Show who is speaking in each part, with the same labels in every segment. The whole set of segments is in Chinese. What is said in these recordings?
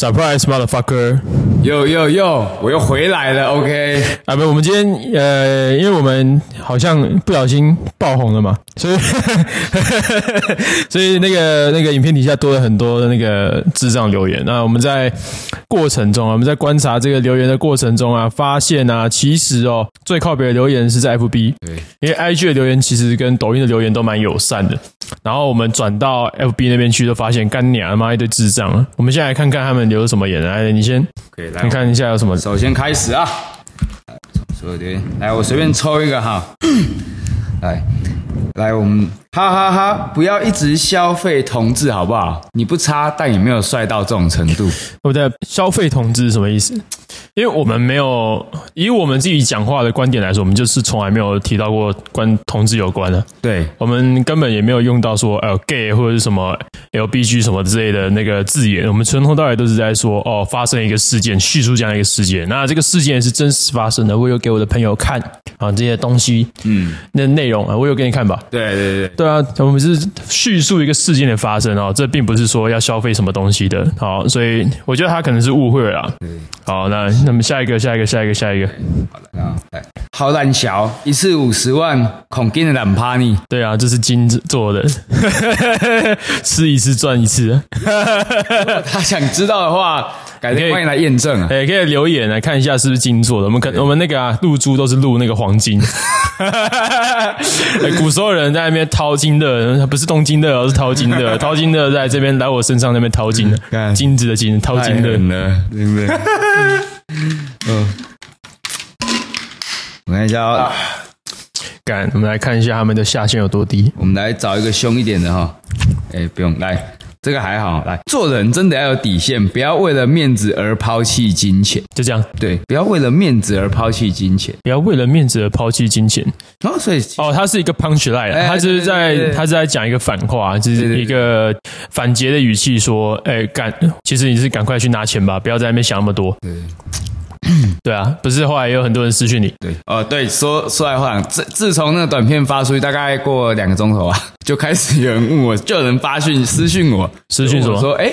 Speaker 1: Surprise motherfucker！
Speaker 2: 又又又，我又回来了，OK。
Speaker 1: 啊，不，我们今天呃，因为我们好像不小心爆红了嘛，所以 所以那个那个影片底下多了很多的那个智障留言。那我们在过程中啊，我们在观察这个留言的过程中啊，发现啊，其实哦，最靠北的留言是在 FB，
Speaker 2: 对，
Speaker 1: 因为 IG 的留言其实跟抖音的留言都蛮友善的。然后我们转到 FB 那边去，就发现干娘妈一堆智障啊！我们先来看看他们留什么言。来，你先，
Speaker 2: 可以来
Speaker 1: 你，看一下有什么
Speaker 2: 首先开始啊，所有的来，我随便抽一个哈，来。来，我们哈哈哈不要一直消费同志好不好？你不差，但也没有帅到这种程度。
Speaker 1: 我的消费统治是什么意思？因为我们没有以我们自己讲话的观点来说，我们就是从来没有提到过关同志有关的，
Speaker 2: 对，
Speaker 1: 我们根本也没有用到说呃 gay 或者是什么 LBG 什么之类的那个字眼，我们从头到尾都是在说哦发生一个事件，叙述这样一个事件，那这个事件是真实发生的，我有给我的朋友看啊这些东西，嗯，那内容啊我有给你看吧，
Speaker 2: 对对对，
Speaker 1: 对啊，我们是叙述一个事件的发生哦，这并不是说要消费什么东西的。好，所以我觉得他可能是误会了啦。好，那那么下一个，下一个，下一个，下一个。
Speaker 2: 啊，来，好胆小，一次五十万，恐惊的懒趴你。
Speaker 1: 对啊，这是金做的， 吃一次赚一次。
Speaker 2: 他想知道的话，改
Speaker 1: 你可
Speaker 2: 天
Speaker 1: 以
Speaker 2: 欢迎来验证啊。
Speaker 1: 哎，可以留言来看一下是不是金做的。我们可我们那个啊，露珠都是露那个黄金。哎古时候人在那边淘金的，不是东京的，而哦是淘金的。淘金的在这边来我身上那边淘金的，
Speaker 2: 干哎
Speaker 1: 金子的金，淘
Speaker 2: 太
Speaker 1: 金的。
Speaker 2: 狠了，对 不对？嗯，我看一下、哦，
Speaker 1: 干，我们来看一下他们的下限有多低。
Speaker 2: 我们来找一个凶一点的哈、哎，不用，来，这个还好。来，做人真的要有底线，不要为了面子而抛弃金钱。
Speaker 1: 就这样，
Speaker 2: 对，不要为了面子而抛弃金钱。
Speaker 1: 不要为了面子而抛弃金钱。
Speaker 2: 哦，所以
Speaker 1: 哦，它是一个 punch line，
Speaker 2: 哎
Speaker 1: 它就是在
Speaker 2: 对对对对
Speaker 1: 它是在讲一个反话，就
Speaker 2: 对
Speaker 1: 是
Speaker 2: 对
Speaker 1: 一个反诘的语气说，哎，赶，其实你是赶快去拿钱吧，不要在那边想那么多。 对啊，不是后来也有很多人私讯你，
Speaker 2: 对，哦，对，说说来话长，自自从那个短片发出去，大概过了两个钟头啊， 就开始有人问我，就有人发讯私讯我，
Speaker 1: 私讯什么
Speaker 2: 我说，哎、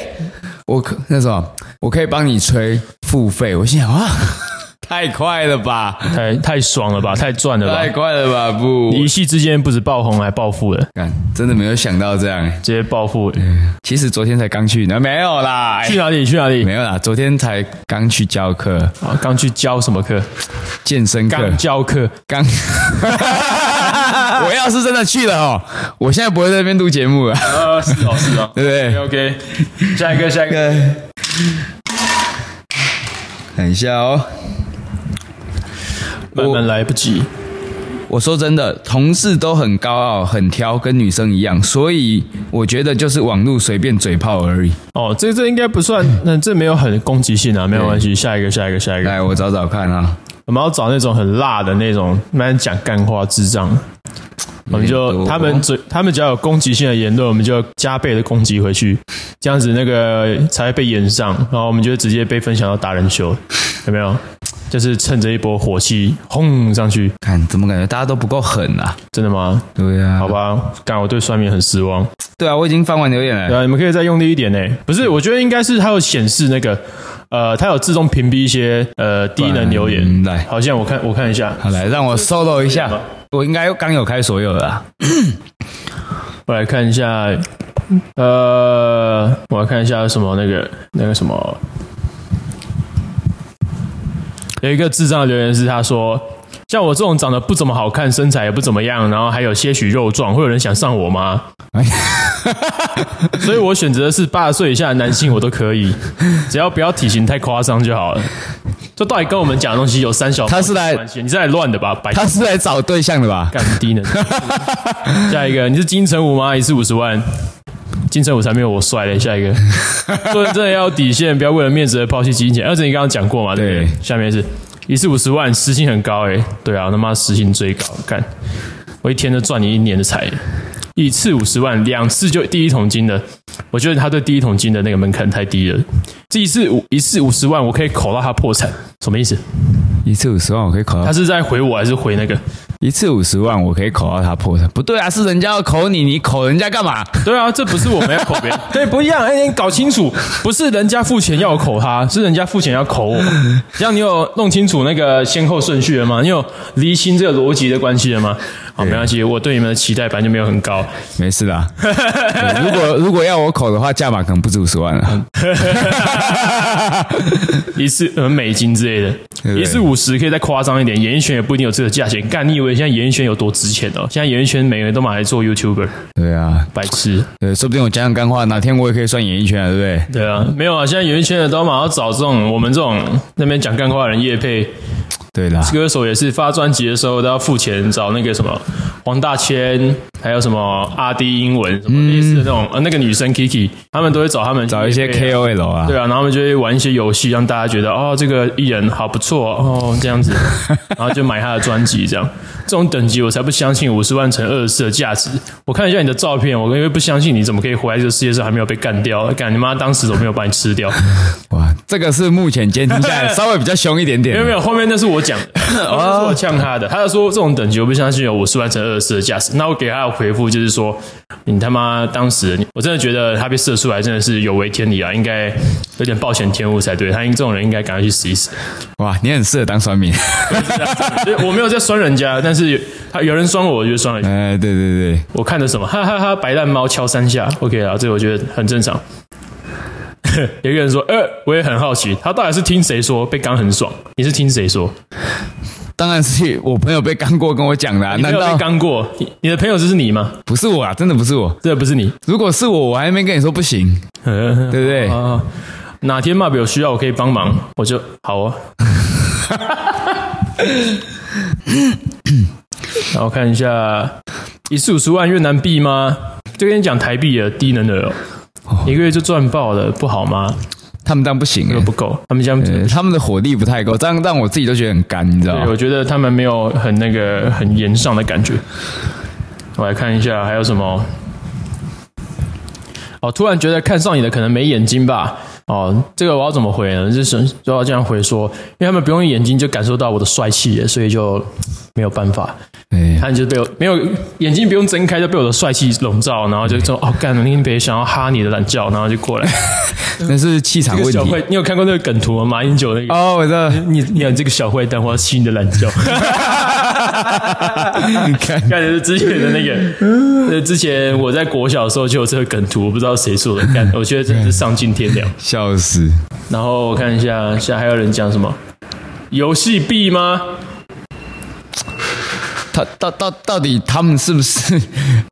Speaker 2: 我可那什么，我可以帮你吹付费，我心想哇， 太快了吧，
Speaker 1: 太太爽了吧，太赚了
Speaker 2: 太
Speaker 1: 吧，
Speaker 2: 快了吧，不，
Speaker 1: 一夕之间不止爆红还暴富了，
Speaker 2: 看，真的没有想到这样、欸，
Speaker 1: 直接暴富。
Speaker 2: 其实昨天才刚去呢，没有啦，
Speaker 1: 去
Speaker 2: 哎
Speaker 1: 哪里？去哪里
Speaker 2: 没？有啦，昨天才刚去教课，
Speaker 1: 啊刚去教什么课？
Speaker 2: 健身课
Speaker 1: 刚，教 课。
Speaker 2: 刚。 我要是真的去了哦，我现在不会在那边录节目了。啊
Speaker 1: 呃，是哦，是哦。
Speaker 2: 对不对？
Speaker 1: OK，下一个，下一个。
Speaker 2: 等一下哦，
Speaker 1: 慢慢来不及。
Speaker 2: 我说真的，同事都很高傲、很挑，跟女生一样，所以我觉得就是网络随便嘴炮而已。
Speaker 1: 哦，这这应该不 算，那这没有很攻击性啊，没有关系。下一个，下一个，下一个，
Speaker 2: 来，我找找看啊，
Speaker 1: 我们要找那种很辣的那种，慢慢讲干话智障。我们就
Speaker 2: 多
Speaker 1: 他们嘴，他们只要有攻击性的言论，我们就加倍的攻击回去，这样子那个才会被延上，然后我们就直接被分享到达人秀，有没有？就是趁着一波火气轰上去，
Speaker 2: 看怎么感觉大家都不够狠啊？
Speaker 1: 真的吗？
Speaker 2: 对啊，
Speaker 1: 好，吧，刚我对酸民很失望。
Speaker 2: 对啊，我已经翻完留言
Speaker 1: 对
Speaker 2: 了。
Speaker 1: 啊，你们可以再用力一点呢。不是，我觉得应该是它有显示那个，呃，它有自动屏蔽一些呃低能留言。
Speaker 2: 嗯来
Speaker 1: 好像我看我看一下，
Speaker 2: 好，来让我 solo 一下
Speaker 1: 好吧，
Speaker 2: 我应该刚有开所有了啊。
Speaker 1: 我来看一下，呃，我来看一下什么那个那个什么，有一个智障的留言是他说。像我这种长得不怎么好看，身材也不怎么样，然后还有些许肉壮，会有人想上我吗？
Speaker 2: 哎
Speaker 1: 所以我选择的是八十岁以下的男性，我都可以，只要不要体型太夸张就好了。这到底跟我们讲的东西有三小
Speaker 2: 他是来
Speaker 1: 关系？你是来乱的吧？白
Speaker 2: 他是来找对象的吧？
Speaker 1: 干低能。下一个，你是金城武吗？一次五十万。金城武才没有我帅嘞。下一个，做人真的要有底线，不要为了面子而抛弃金钱。而且你刚刚讲过嘛，对不对
Speaker 2: 对？
Speaker 1: 下面是一次五十万，时薪很高哎、对啊，他妈时薪最高，干，我一天都赚你一年的财。一次五十万，两次就第一桶金的，我觉得他对第一桶金的那个门槛太低了。这一次五一次五十万，我可以口到他破产，什么意思？
Speaker 2: 一次五十万，我可以考到
Speaker 1: 他。是在回我还是回那个？
Speaker 2: 一次五十万，我可以口到他破产。不对啊，是人家要口你，你口人家干嘛？
Speaker 1: 对啊，这不是我们要口别人， 对，不一样。哎、你搞清楚，不是人家付钱要我口他，是人家付钱要口 我。这样你有弄清楚那个先后顺序了吗？你有厘清这个逻辑的关系了吗？好，没关系，我对你们的期待本来就没有很高。
Speaker 2: 没 事啦。对如果如果要我口的话，价码可能不止五十万啊了。
Speaker 1: 嗯一次呃美金之类
Speaker 2: 对
Speaker 1: 的，
Speaker 2: 不对
Speaker 1: 一次五十可以再夸张一点，演艺圈也不一定有这个价钱。干，你以为现在演艺圈有多值钱哦？现在演艺圈每个人都买来做 YouTuber，
Speaker 2: 对啊，
Speaker 1: 白痴。
Speaker 2: 对，说不定我讲讲干话，哪天我也可以算演艺圈啊，对不对？
Speaker 1: 对啊，没有啊，现在演艺圈的都马上找这种我们这种那边讲干话的人叶配
Speaker 2: 对啦，
Speaker 1: 歌手也是发专辑的时候都要付钱找那个什么黄大千，还有什么阿迪英文什么类似的那种、呃那个女生 Kiki，他们都会找他们
Speaker 2: 嗯找一些
Speaker 1: 叶配啊
Speaker 2: KOL 啊，
Speaker 1: 对啊，然后他们就会玩一些游戏，让大家觉得哦，这个艺人好不错哦，这 样子，然后就买他的专辑，这样这种等级我才不相信五十万乘二十四的价值。我看一下你的照片，我因为不相信你怎么可以活在这个世界上还没有被干掉，干你妈当时怎么没有把你吃掉？
Speaker 2: 哇，这个是目前监听 下来稍微比较凶一点点
Speaker 1: 没有。没有，后面那是我 讲的，那哦是我呛他的。他就说这种等级我不相信有五十万乘二十四的价值。那我给他的回复就是说，你他妈当时我真的觉得他被射出来真的是有违天理啊，应该有点暴殄天物才对。他应这种人应该赶快去死一 死。
Speaker 2: 哇，你很适合当酸 民。
Speaker 1: 所以我没有在酸人家，但是有他有人酸我，我就酸了。
Speaker 2: 哎，对对对，
Speaker 1: 我看的什么？哈哈哈！白蛋猫敲三下，OK 啊，这个我觉得很正常。 有一个人说：“呃，我也很好奇，他到底是听谁说被刚很爽？你是听谁说？
Speaker 2: 当然是我朋友被刚过跟我讲的、啊，
Speaker 1: 你没
Speaker 2: 难
Speaker 1: 有被
Speaker 2: 道
Speaker 1: 刚过？你你的朋友就是你吗？
Speaker 2: 不是我啊？真的不是我。
Speaker 1: 这不是你，
Speaker 2: 如果是我，我还没跟你说不行，
Speaker 1: 对
Speaker 2: 对不对？
Speaker 1: 啊，哪天嘛有需要我可以帮忙，我就好啊。然后看一下，一次五十万越南币吗？就跟你讲台币的低能儿哦，一个月就赚爆了，不好吗？
Speaker 2: 他们当然不行、
Speaker 1: 又
Speaker 2: 欸
Speaker 1: 不够，他们这样子
Speaker 2: 呃他们的火力不太够，这样让我自己都觉得很干，你知道
Speaker 1: 对，
Speaker 2: 吗？
Speaker 1: 我觉得他们没有很那个很严上的感觉。我来看一下还有什么。哦，突然觉得看上你的可能没眼睛吧？哦，这个我要怎么回呢？就是就要这样回说，因为他们不用眼睛就感受到我的帅气了，所以就没有办法。
Speaker 2: 哎，
Speaker 1: 他们就被我没有眼睛不用睁开就被我的帅气笼罩，然后就说哦，干，林北想要哈你的懒觉，然后就 过来。
Speaker 2: 那是气场
Speaker 1: 这个
Speaker 2: 问
Speaker 1: 小嗯
Speaker 2: 题
Speaker 1: 坏，。你有看过那个梗图吗？马英九那个。
Speaker 2: 哦，我知道。
Speaker 1: 你你有这个小坏蛋，我要吸你的懒觉。
Speaker 2: 你看，
Speaker 1: 看的是之前的那个，呃，之前我在国小的时候就有这个梗图，我不知道谁说的，看，我觉得真是丧尽天良。
Speaker 2: 笑死！
Speaker 1: 然后我看一下，现在还有人讲什么游戏币吗？
Speaker 2: 他到到到底他们是不是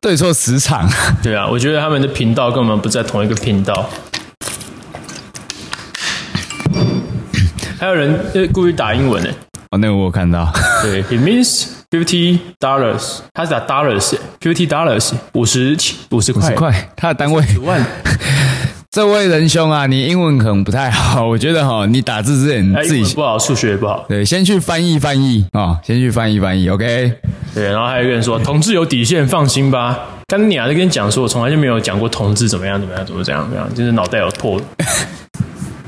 Speaker 2: 对错磁场？
Speaker 1: 对啊，我觉得他们的频道跟我们不在同一个频道。还有人呃故意打英文呢、
Speaker 2: 哦，那个我有看到。
Speaker 1: 对，it means fifty dollars，他是打 dollars，fifty dollars，五十五十块，
Speaker 2: 快，他的单位，
Speaker 1: 五万，
Speaker 2: 这位仁兄啊，你英文可能不太好，我觉得哈、你打字之前
Speaker 1: 哎，
Speaker 2: 自
Speaker 1: 英文
Speaker 2: 己
Speaker 1: 不好，数学也不好，
Speaker 2: 对，先去翻译翻译啊、哦，先去翻译翻译，OK？
Speaker 1: 对，然后还有一个人说，同志有底线，放心吧。干你啊，就跟你讲说，我从来就没有讲过同志怎么样怎么样怎么怎样怎么样，就是脑袋有 破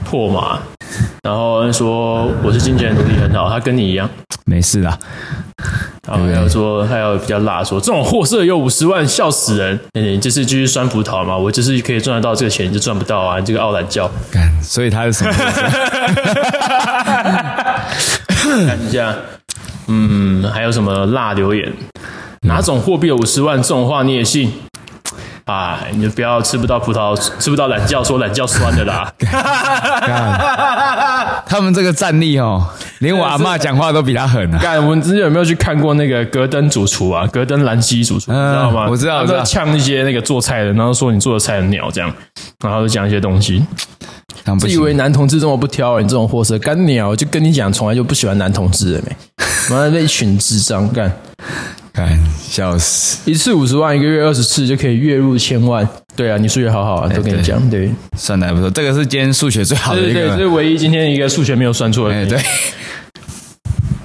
Speaker 1: 破嘛。然后说我是经纪人，能力很好，他跟你一样。
Speaker 2: 没事啦，
Speaker 1: 然后还有说，还有比较辣说，这种货色有五十万，笑死人！哎你就是继续酸葡萄嘛，我就是可以赚得到这个钱，你就赚不到啊！你这个傲懒教。
Speaker 2: 干，所以他是什么意思？
Speaker 1: 看一下，嗯，还有什么辣留言？哪种货币有五十万？这种话你也信？哎，你就不要吃不到葡萄，吃不到懒觉，说懒觉酸的 啦。
Speaker 2: 他们这个战力哦，连我阿嬷讲话都比他狠啊！
Speaker 1: 干，我们之前有没有去看过那个格登主厨啊？格登兰西主厨，
Speaker 2: 嗯
Speaker 1: 啊你知道吗？
Speaker 2: 我知道
Speaker 1: 他
Speaker 2: 我
Speaker 1: 们
Speaker 2: 知道
Speaker 1: 都呛一些那个做菜的，然后说你做的菜很鸟这样，然后就讲一些东西。
Speaker 2: 他们不
Speaker 1: 自以
Speaker 2: 行
Speaker 1: 为男同志这么不挑、你这种货色干鸟，我就跟你讲，从来就不喜欢男同志的没。妈的，一群智障干。
Speaker 2: 干，笑死！
Speaker 1: 一次五十万，一个月二十次就可以月入千万。对啊，你数学好好啊，都跟你
Speaker 2: 对
Speaker 1: 讲。对，
Speaker 2: 算的还不错，这个是今天数学最好的
Speaker 1: 对
Speaker 2: 一
Speaker 1: 对，这
Speaker 2: 个
Speaker 1: 是。唯一今天一个数学没有算错的
Speaker 2: 哎，
Speaker 1: 朋友。
Speaker 2: 对，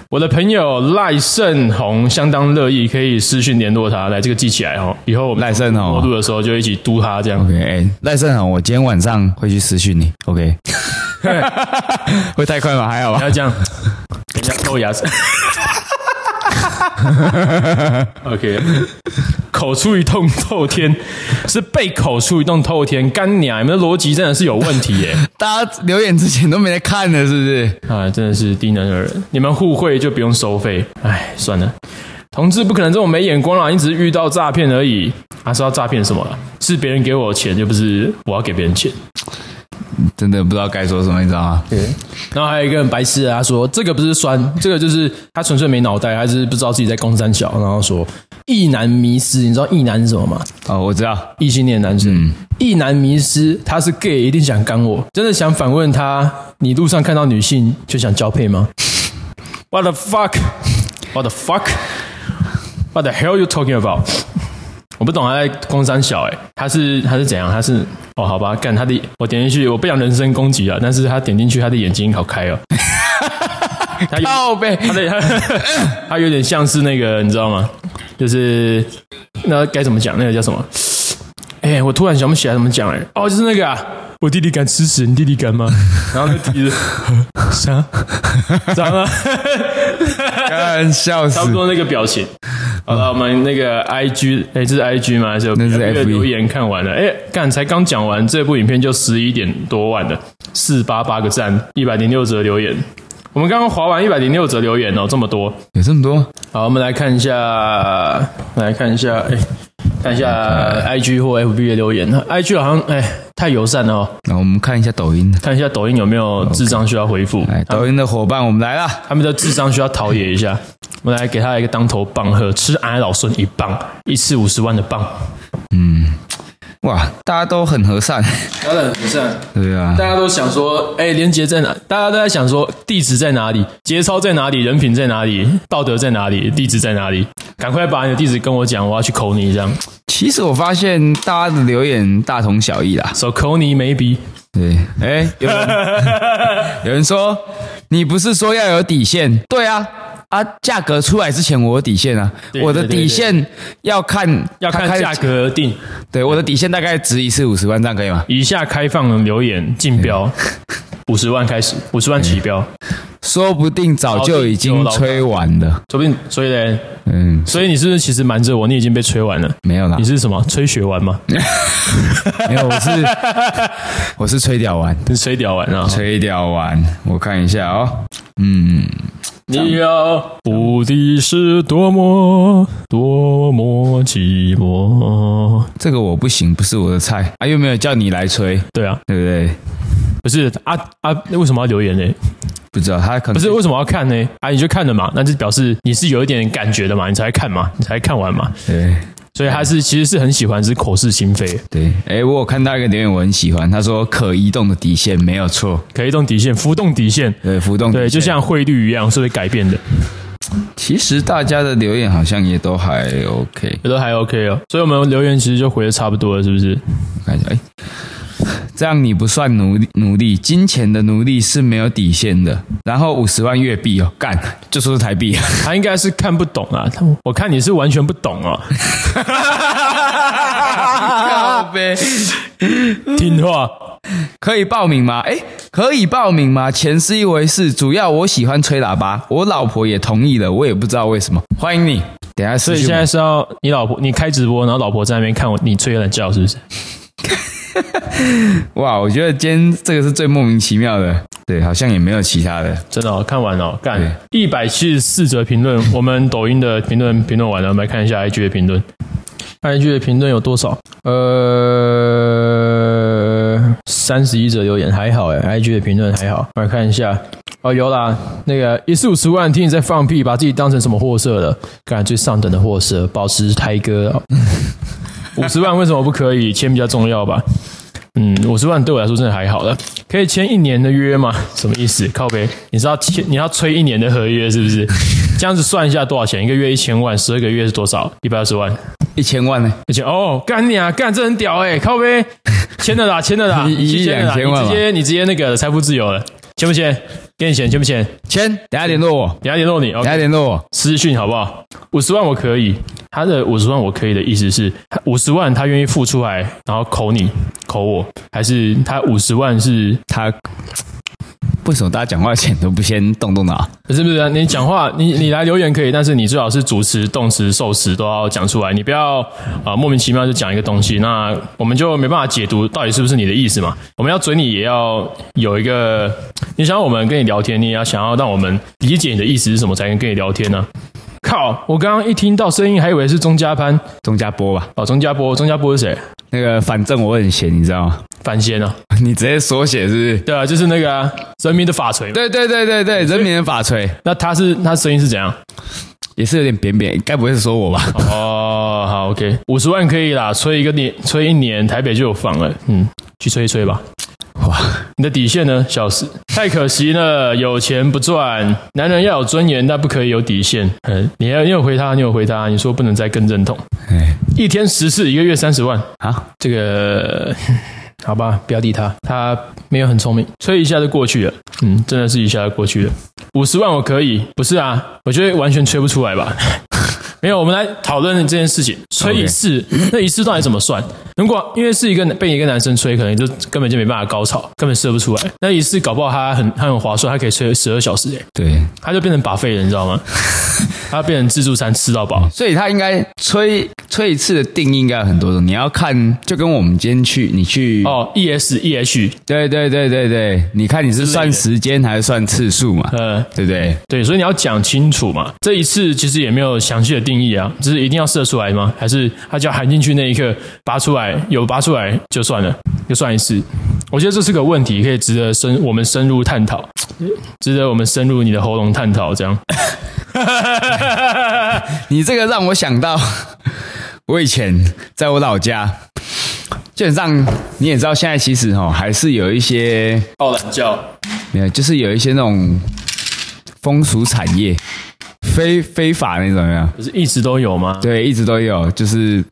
Speaker 1: 我的朋友赖胜宏相当乐意，可以私讯联络他。来，这个记起来哦，以后我们
Speaker 2: 赖胜宏
Speaker 1: 过度的时候就一起嘟他这样。
Speaker 2: OK，哎，赖胜宏，我今天晚上会去私讯你，OK？会太快吗？还好
Speaker 1: 不
Speaker 2: 吧？
Speaker 1: 要这样，人家抠牙齿。 OK，口出一通透天，是被口出一通透天，干娘，你们的逻辑真的是有问题耶、
Speaker 2: 大家留言之前都没来看的，是不是？
Speaker 1: 啊，真的是低能儿，你们互惠就不用收费，哎，算了。同志不可能这么没眼光啦，你只是遇到诈骗而已。啊，说到诈骗什么了？是别人给我钱，又不是我要给别人钱。
Speaker 2: 真的不知道该说什么，你知道吗？
Speaker 1: 对。然后还有一个很白痴的，他说这个不是酸，这个就是他纯粹没脑袋，他是不知道自己在攻三小。然后说意男迷失，你知道意男是什么吗？
Speaker 2: 哦，我知道，
Speaker 1: 异性恋男生，异、男迷失，他是 gay 一定想干我，真的想反问他：你路上看到女性就想交配吗？What the fuck? What the fuck? What the hell you talking about? 我不懂他在攻三小哎、欸他是他是怎样？他是哦，好吧，干他的，我点进去，我不想人身攻击啊，但是他点进去，他的眼睛好开 哦，他有
Speaker 2: 靠背
Speaker 1: 他的 他他有点像是那个，你知道吗？就是那该怎么讲？那个叫什么？哎、我突然想不起来怎么讲哎、哦，就是那个啊，我弟弟敢吃屎，你弟弟敢吗？ 然后那弟弟就啥啥 吗？
Speaker 2: 干笑死
Speaker 1: 差不，多那个表情。好了，我们那个 I G，哎、这是 I G 吗？还是有 E
Speaker 2: 那是 FB
Speaker 1: 留言看完了？哎、干，才刚讲完这部影片就十一点多万了，四八八个赞，一百零六则留言。我们刚刚划完一百零六则留言哦，这么多。
Speaker 2: 有这么多？
Speaker 1: 好，我们来看一下，来看一下，哎、看一下 I G 或 F B 的留言。I G 好像哎、太友善了哦，
Speaker 2: 那我们看一下抖音的，
Speaker 1: 看一下抖音有没有智障需要回复。
Speaker 2: 哎，抖音的伙伴，我们来了。
Speaker 1: 他们的智商需要陶冶一下。我们来给他一个当头棒喝，吃俺老孙一棒，一次五十万的棒。
Speaker 2: 哇，大家都很和善，
Speaker 1: 当然不是，
Speaker 2: 对啊
Speaker 1: 大，家都想说，哎、连结在哪？大家都在想说，地址在哪里？节操在哪里？人品在哪里？道德在哪里？地址在哪里？赶快把你的地址跟我讲，我要去扣你这样。
Speaker 2: 其实我发现大家的留言大同小异啦。
Speaker 1: So 扣你 maybe。
Speaker 2: 对，哎，有 人有人说你不是说要有底线？对啊，啊，价格出来之前我有底线啊，
Speaker 1: 对
Speaker 2: 我的
Speaker 1: 对对
Speaker 2: 底线要看
Speaker 1: 要看
Speaker 2: 它开
Speaker 1: 价格而定，
Speaker 2: 对，我的底线大概值一次五十万，这样可以吗？
Speaker 1: 以下开放留言竞
Speaker 2: 嗯
Speaker 1: 标， 五十万开始，五十万起标，
Speaker 2: 说不定早就已经吹完了。
Speaker 1: 说不定。所以呢，
Speaker 2: 嗯，
Speaker 1: 所以你是不是其实瞒着我？你已经被吹完了。
Speaker 2: 没有啦
Speaker 1: 你，是什么吹雪完吗？
Speaker 2: 没有， 我是我是吹屌完，
Speaker 1: 你是吹屌完啊？
Speaker 2: 吹屌完，我看一下哦。嗯，
Speaker 1: 你要无敌是多么多么寂寞。
Speaker 2: 这个我不行，不是我的菜啊，又没有叫你来吹，
Speaker 1: 对啊，
Speaker 2: 对不对？
Speaker 1: 不是啊啊，那为什么要留言呢？
Speaker 2: 不知道他可能
Speaker 1: 不是为什么要看呢？啊，你就看了嘛，那就表示你是有一点感觉的嘛，你才看嘛，你才看完嘛。
Speaker 2: 对
Speaker 1: 所以他是其实是很喜欢，是口是心非，
Speaker 2: 对。哎，我有看到一个留言，我很喜欢，他说可移动的底线没有错，
Speaker 1: 可移动底线、浮动底线，
Speaker 2: 对，浮动底线
Speaker 1: 对，就像汇率一样是会改变的，
Speaker 2: 其实大家的留言好像也都还 OK，
Speaker 1: 也都还 OK 哦。所以我们留言其实就回的差不多了，是不是？
Speaker 2: 我看一下，哎。这样你不算奴隶，奴隶，金钱的奴隶是没有底线的。然后五十万月币哦，干，就说是 台币啊。
Speaker 1: 他应该是看不懂啊，他我看你是完全不懂啊。
Speaker 2: 靠呗，
Speaker 1: 听话，
Speaker 2: 可以报名吗？哎，可以报名吗？钱是一回事，主要我喜欢吹喇叭，我老婆也同意了，我也不知道为什么。欢迎你，等一下
Speaker 1: 所
Speaker 2: 私
Speaker 1: 以
Speaker 2: 讯
Speaker 1: 现在
Speaker 2: 我。
Speaker 1: 是要你老婆，你开直播，然后老婆在那边看我，你吹冷觉是不是？
Speaker 2: 哇，我觉得今天这个是最莫名其妙的，对，好像也没有其他的。
Speaker 1: 真的、哦，看完了、哦，干一百七十四则评 论，我们抖音的评论评论完了，我们来看一下 IG 的评论，IG 的评论有多少？呃，三十一则留言，还好哎，IG 的评论还好，我来看一下。哦，有啦，那个一四五十万听你在放屁，把自己当成什么货色了？干最上等的货色，保持胎哥。 五十万为什么不可以？钱比较重要吧。嗯，五十万对我来说真的还好了，可以签一年的约吗？什么意思？靠呗，你是要签你要催一年的合约是不 是？这样子算一下多少钱？一个月一千万，十二个月是多少？一百二十万。
Speaker 2: 一千万呢？
Speaker 1: 而且哦，干你啊，干这很屌哎、靠呗，签 了啦，签了啦，
Speaker 2: 一一亿
Speaker 1: 签了啦
Speaker 2: 两千万
Speaker 1: 你
Speaker 2: 嘛
Speaker 1: 直接你直接那个财富自由了，签不签？给你钱签不签？
Speaker 2: 签，等一下联络我，
Speaker 1: 等一下联络你，
Speaker 2: 等
Speaker 1: OK
Speaker 2: 一下联络我。
Speaker 1: 私讯好不好？五十万我可以，他的五十万我可以的意思是，五十万他愿意付出来，然后口你口我，还是他五十万是
Speaker 2: 他为什么大家讲话前都不先动动脑？
Speaker 1: 不是不是，你讲话，你你来留言可以，但是你最好是主词、动词、受词都要讲出来，你不要啊、呃莫名其妙就讲一个东西，那我们就没办法解读到底是不是你的意思嘛。我们要嘴你也要有一个，你想要我们跟你聊天，你也要想要让我们理解你的意思是什么，才能跟你聊天呢、靠！我刚刚一听到声音，还以为是钟嘉潘
Speaker 2: 钟家波吧，
Speaker 1: 哦，钟嘉波，钟嘉波是谁？
Speaker 2: 那个反正我很闲，你知道吗？
Speaker 1: 范闲啊，
Speaker 2: 你直接缩写是不是？
Speaker 1: 对啊，就是那个、啊、人民的法锤嘛。
Speaker 2: 对对对对对，人民的法锤
Speaker 1: 那他是他声音是怎样？
Speaker 2: 也是有点扁扁，该不会是说我吧？
Speaker 1: 哦，好，OK，五十万可以啦，吹一个年，吹一年，台北就有房了，嗯，去吹一吹吧。哦
Speaker 2: 哇，
Speaker 1: 你的底线呢？小时太可惜了，有钱不赚，男人要有尊严，但不可以有底线。嗯，你要你有回他，你有回他，你说不能再更认同，
Speaker 2: 哎
Speaker 1: 一天十次，一个月三十万，
Speaker 2: 啊，
Speaker 1: 这个好吧，不要理他，他没有很聪明，吹一下就过去了。嗯，真的是一下就过去了。五十万我可以，不是啊，我觉得完全吹不出来吧。 没有，我们来讨论这件事情，吹一次那一次到底怎么算？如果因为是一个被一个男生吹，可能就根本就没办法高潮，根本射不出来。那一次搞不好他很他很划算，他可以吹十二小时、欸，
Speaker 2: 对，
Speaker 1: 他就变成把费了，你知道吗？他变成自助餐吃到饱。
Speaker 2: 所以他应该吹吹一次的定义应该有很多种，你要看，就跟我们今天去你去，
Speaker 1: 哦，E S E H，
Speaker 2: 对对对对对，你看你是算时间还是算次数嘛？
Speaker 1: 呃，
Speaker 2: 对不对？
Speaker 1: 对，所以你要讲清楚嘛。这一次其实也没有详细的定义啊，就是一定要射出来吗？还是它只要含进去那一刻拔出来，有拔出来就算了，就算一次。我觉得这是个问题，可以值得深我们深入探讨，值得我们深入你的喉咙探讨。这样，
Speaker 2: 你这个让我想到，我以前在我老家，基本上你也知道，现在其实哦，还是有一些
Speaker 1: 抱懒觉，
Speaker 2: 没有，就是有一些那种风俗产业，非非法那种有没有？
Speaker 1: 不是一直都有吗？
Speaker 2: 对，一直都有，就是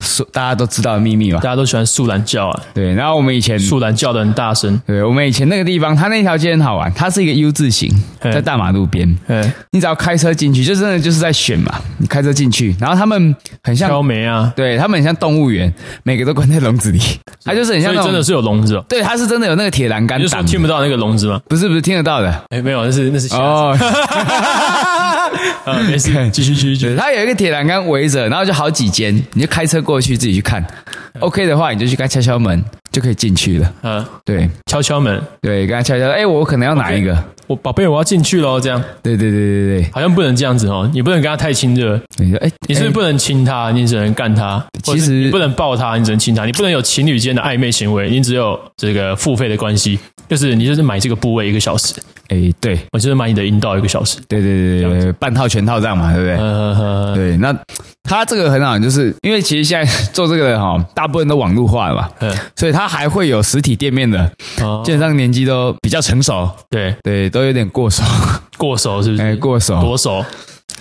Speaker 2: 说大家都知道的秘密嘛
Speaker 1: 大。家都喜欢素懒觉啊，
Speaker 2: 对，然后我们以前
Speaker 1: 素懒觉的很大声。
Speaker 2: 对，我们以前那个地方，它那条街很好玩，它是一个 U 字形，
Speaker 1: 嗯
Speaker 2: 在大马路边。
Speaker 1: 哎，
Speaker 2: 你只要开车进去，就真的就是在选嘛。你开车进去，然后他们很像，
Speaker 1: 挑眉啊，
Speaker 2: 对他们很像动物园，每个都关在笼子里，它就是很
Speaker 1: 所
Speaker 2: 像
Speaker 1: 以
Speaker 2: 那种，
Speaker 1: 真的是有笼子哦。
Speaker 2: 对，它是真的有那个铁栏杆
Speaker 1: 你就说
Speaker 2: 挡，
Speaker 1: 听不到那个笼子吗？
Speaker 2: 不是不是听得到的
Speaker 1: 哎，没有，那是那是瞎子。
Speaker 2: 哦。
Speaker 1: 啊，没事，继续继续继续。
Speaker 2: 对，它有一个铁栏杆围着，然后就好几间，你就开车过去自己去看。OK 的话，你就去跟他敲敲门，就可以进去了。
Speaker 1: 嗯，
Speaker 2: 对
Speaker 1: 敲敲门，
Speaker 2: 对，跟他敲敲，哎、我可能要哪一个？
Speaker 1: 我宝贝，我要进去喽，这样
Speaker 2: 对对对对对，
Speaker 1: 好像不能这样子哦，你不能跟他太亲热，
Speaker 2: 你说哎，
Speaker 1: 你是不是
Speaker 2: 哎
Speaker 1: 不能亲他，你只能干他，
Speaker 2: 其
Speaker 1: 或者是
Speaker 2: 实
Speaker 1: 你不能抱他，你只能亲他，你不能有情侣间的暧昧行为，你只有这个付费的关系，就是你就是买这个部位一个小时，
Speaker 2: 哎，对
Speaker 1: 我就是买你的阴道一个小时，
Speaker 2: 对对对对对，半套全套这样嘛，对不对？
Speaker 1: 呃，呵
Speaker 2: 对，那他这个很好，就是因为其实现在做这个的哈，大部分都网络化了嘛，
Speaker 1: 嗯
Speaker 2: 所以他还会有实体店面的，
Speaker 1: 哦
Speaker 2: 基本上年纪都比较成熟，
Speaker 1: 对，
Speaker 2: 对，都有点过手，
Speaker 1: 过手是不
Speaker 2: 哎，
Speaker 1: 是？
Speaker 2: 过手
Speaker 1: 夺手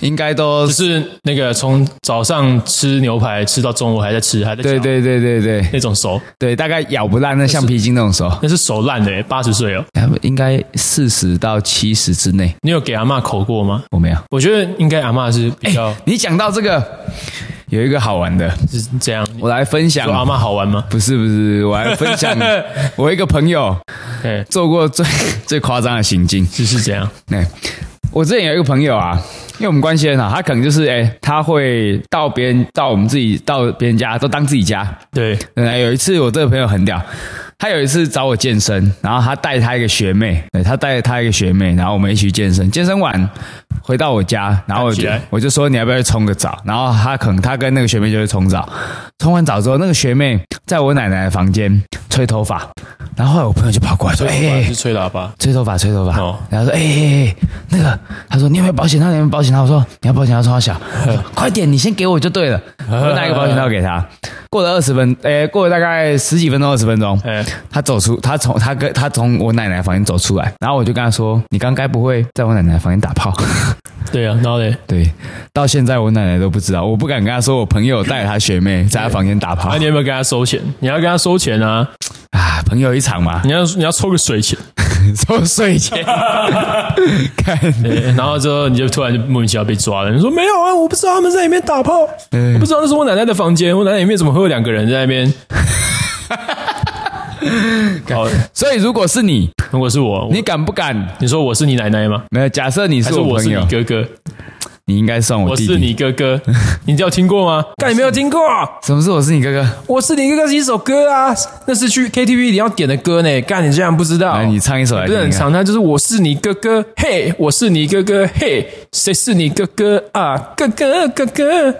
Speaker 2: 应该都
Speaker 1: 嗯就，是那个从早上吃牛排吃到中午还在吃，还在
Speaker 2: 对
Speaker 1: 嚼
Speaker 2: 对对对对
Speaker 1: 那种手，
Speaker 2: 对，大概咬不烂那橡皮筋那种手，
Speaker 1: 那是手烂的，八十岁哦，
Speaker 2: 他们应该四十到七十之内，
Speaker 1: 你有给阿嬷口过吗？
Speaker 2: 我没有。
Speaker 1: 我觉得应该阿嬷是比较
Speaker 2: 你讲到这个，有一个好玩的，
Speaker 1: 是这样，
Speaker 2: 我来分享
Speaker 1: 说。啊阿嬷好玩吗？
Speaker 2: 不是不是，我来分享我一个朋友
Speaker 1: 哎，
Speaker 2: 做过最 最夸张的行径。
Speaker 1: 是是这样，
Speaker 2: 哎、我之前有一个朋友啊，因为我们关系很好，他可能就是哎、他会到别人到我们自己到别人家都当自己家。
Speaker 1: 对，
Speaker 2: 嗯，有一次我这个朋友很屌，他有一次找我健身，然后他带他一个学妹，对他带他一个学妹，然后我们一起去健身，健身完回到我家，然后我
Speaker 1: 起
Speaker 2: 就
Speaker 1: 来
Speaker 2: 我就说你要不要去冲个澡，然后他可能他跟那个学妹就去冲澡，冲完澡之后，那个学妹在我奶奶的房间吹头发，然后后来我朋友就跑过来说，哎、
Speaker 1: 我
Speaker 2: 哎
Speaker 1: 还
Speaker 2: 哎
Speaker 1: 是吹喇叭，
Speaker 2: 吹头发，吹头发。
Speaker 1: 哦
Speaker 2: 然后说，哎哎哎，那个，他说你有没有保险套？你有没有保险套？我说你要保险套，超小，我说快点，你先给我就对了。我就拿一个保险套给他。过了二十分，哎，过了大概十几分钟、二十分钟，
Speaker 1: 哎，
Speaker 2: 他走出，他从他跟他从我奶奶房间走出来，然后我就跟他说，你刚该不会在我奶奶房间打炮？
Speaker 1: 对啊，然后嘞，
Speaker 2: 对，到现在我奶奶都不知道，我不敢跟他说，我朋友带他学妹在他房间打炮
Speaker 1: 哎啊，你有没有跟他收钱？你要跟他收钱啊，
Speaker 2: 啊，朋友一 场嘛，
Speaker 1: 你要你要抽个水钱，
Speaker 2: 收税钱， 看，
Speaker 1: 对然后之后你就突然就莫名其妙被抓了，你说没有啊，我不知道他们在里面打炮， 我不知道那是我奶奶的房间，我奶奶里面怎么会有两个人在那边？好，
Speaker 2: 所以如果是你，
Speaker 1: 如果是我，
Speaker 2: 你
Speaker 1: 你
Speaker 2: 敢不敢？
Speaker 1: 你说我是你奶奶吗？
Speaker 2: 没有，假设你
Speaker 1: 还
Speaker 2: 是
Speaker 1: 是
Speaker 2: 我
Speaker 1: 我
Speaker 2: 朋
Speaker 1: 是
Speaker 2: 友
Speaker 1: 你，哥哥？
Speaker 2: 你应该算我
Speaker 1: 我
Speaker 2: 弟弟。
Speaker 1: 是你哥哥， 你有听过吗？但你没有听过，啊
Speaker 2: 什么是我是你哥哥？
Speaker 1: 我是你哥哥是一首歌啊，那是去 KTV 里要点的歌呢。干，你竟啊然不知道？
Speaker 2: 来，哎你唱一首来
Speaker 1: 不
Speaker 2: 听
Speaker 1: 是
Speaker 2: 听啊
Speaker 1: 很
Speaker 2: 看。
Speaker 1: 长，它就是我是你哥哥，嘿，我是你哥哥，嘿，谁是你哥哥啊？哥哥哥哥，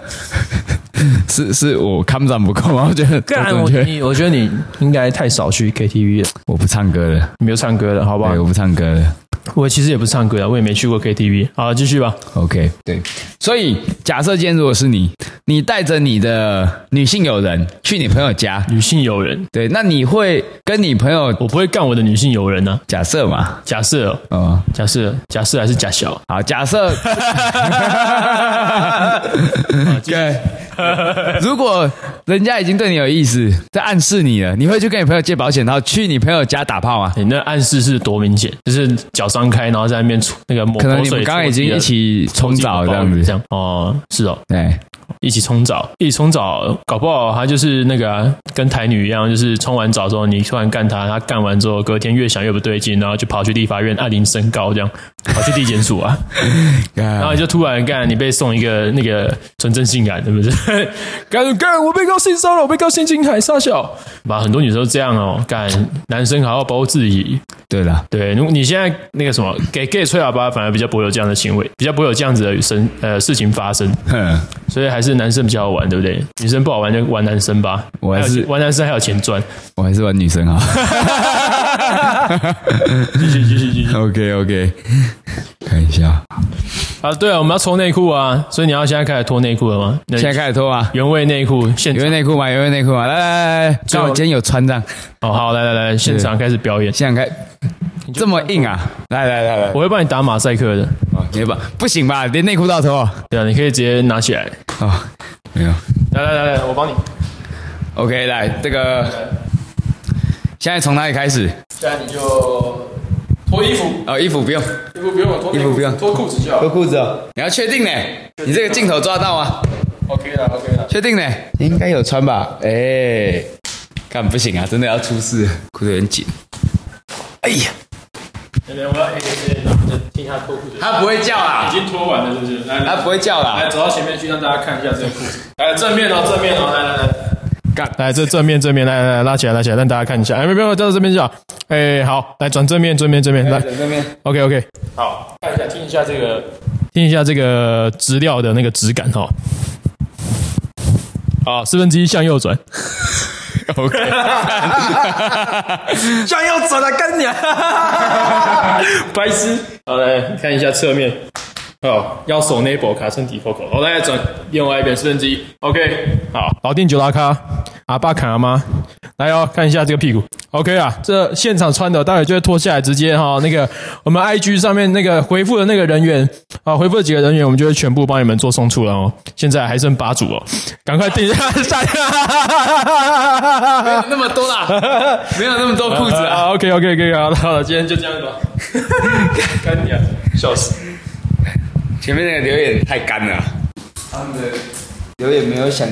Speaker 2: 是是我看展不够吗？我觉得
Speaker 1: 干我
Speaker 2: 我总觉得
Speaker 1: 你，我觉得你应该太少去 KTV 了，
Speaker 2: 我不唱歌了，
Speaker 1: 你没有唱歌了，好不好
Speaker 2: 对，？我不唱歌了。
Speaker 1: 我其实也不唱歌了，啊我也没去过 KTV。好，继续吧。
Speaker 2: OK，对，所以假设今天如果是你，你带着你的女性友人去你朋友家，
Speaker 1: 女性友人，
Speaker 2: 对，那你会跟你朋友
Speaker 1: 我不会干我的女性友人呢、啊。
Speaker 2: 假设嘛，
Speaker 1: 假设哦，
Speaker 2: 哦，
Speaker 1: 假设，假设还是假小？
Speaker 2: 好，假设， 对，如果人家已经对你有意思，在暗示你了，你会去跟你朋友借保险套去你朋友家打炮吗？
Speaker 1: 你那暗示是多明显，就是脚张开，然后在那边搓那个抹
Speaker 2: 可能
Speaker 1: 口
Speaker 2: 你
Speaker 1: 水
Speaker 2: 们刚刚已
Speaker 1: 搓自己
Speaker 2: 经
Speaker 1: 的
Speaker 2: 一起冲澡这样
Speaker 1: 搓自己的鲍鱼这
Speaker 2: 子，
Speaker 1: 样哦，是哦，
Speaker 2: 对，
Speaker 1: 一起冲澡，一起冲澡，搞不好他就是那个啊、跟台女一样，就是冲完澡之后你突然干他，他干完之后隔天越想越不对劲，然后就跑去立法院按铃申告，这样跑去地检署 啊，然后
Speaker 2: 啊
Speaker 1: 你就突然干你被送一个那个纯正性感，对不对？ 干干我被告性骚扰，我被告性侵害，傻小，把很多女生都这样哦，干男生好好保护自己，
Speaker 2: 对了，
Speaker 1: 对，如果你现在那个什么给 gay 吹喇叭，反而比较不会有这样的行为，比较不会有这样子的生呃事情发生，
Speaker 2: 哼，
Speaker 1: 所以还是男生比较好玩，对不对？女生不好玩就玩男生吧，
Speaker 2: 我还是
Speaker 1: 还有玩男生还有钱赚。
Speaker 2: 我还是玩女生啊好。
Speaker 1: 继续继续继续
Speaker 2: OK OK，看一下，
Speaker 1: 啊！对啊，我们要抽内裤啊，所以你要现在开始脱内裤了吗？那
Speaker 2: 现在开始脱吗？
Speaker 1: 原味内裤现
Speaker 2: 有
Speaker 1: 场
Speaker 2: 内裤吗？有内裤吗？来来来来，
Speaker 1: 后
Speaker 2: 刚好今天有穿这样，
Speaker 1: 哦，好，来来来，现场开始表演，
Speaker 2: 现在开这么硬啊！来来来来，
Speaker 1: 我会帮你打马赛克的，
Speaker 2: 哦你把不行吧？连内裤都要脱啊、
Speaker 1: 对啊，你可以直接拿起来，
Speaker 2: 哦？没有。
Speaker 1: 来来来来，我帮你，
Speaker 2: OK，来这个，现在从哪里开始？
Speaker 1: 现在你就脱衣服，
Speaker 2: 哦，衣服不用，
Speaker 1: 衣服不用脱
Speaker 2: 衣服不用
Speaker 1: 脱裤子就
Speaker 2: 脱
Speaker 1: 好
Speaker 2: 裤子哦。你要确定呢？你这个镜头抓到吗？
Speaker 1: ，OK 了 OK 了。
Speaker 2: 确定呢？应该有穿吧？哎、干不行啊，真的要出事，裤子有点紧。哎呀，
Speaker 1: 等哎等，我要 A A A，然后就哎听他脱裤子。
Speaker 2: 他不会叫
Speaker 1: 已
Speaker 2: 啊，
Speaker 1: 经脱完了，是不是？来，
Speaker 2: 他
Speaker 1: 来
Speaker 2: 不会叫啦
Speaker 1: 来，。走到前面去，让大家看一下这个裤子。 来，正面哦，正面哦，来来来。
Speaker 2: 干
Speaker 1: 来，这正面正面，来来来，拉起来拉起来，让大家看一下。哎，没有没有，到这边就好。哎，好，来转正面正面正面，来
Speaker 2: 在那边。
Speaker 1: ，OK OK，好，看一下听一下这个，听一下这个资料的那个质感哈。好，四分之一向右转，
Speaker 2: OK，
Speaker 1: 向右转啊，干你！白痴。好，来看一下侧面。哦，腰手 n a b l e 卡身体 focal。好，来转另外一边四分之一。OK，好，老定九拉卡，阿爸砍阿妈。来哦，看一下这个屁股。OK 啊，这现场穿的，待会就会脱下来，直接哈、那个我们 IG 上面那个回复的那个人员啊，回复的几个人员，我们就会全部帮你们做送出了哦。现在还剩八组哦，赶快定一下 下一个。
Speaker 2: 那么多啦，没有那么多裤子啊。
Speaker 1: OK OK OK，好了好了，今天就这样子吧。 干你啊，笑死！
Speaker 2: 啊前面那个留言太干了，他们的留言没有想象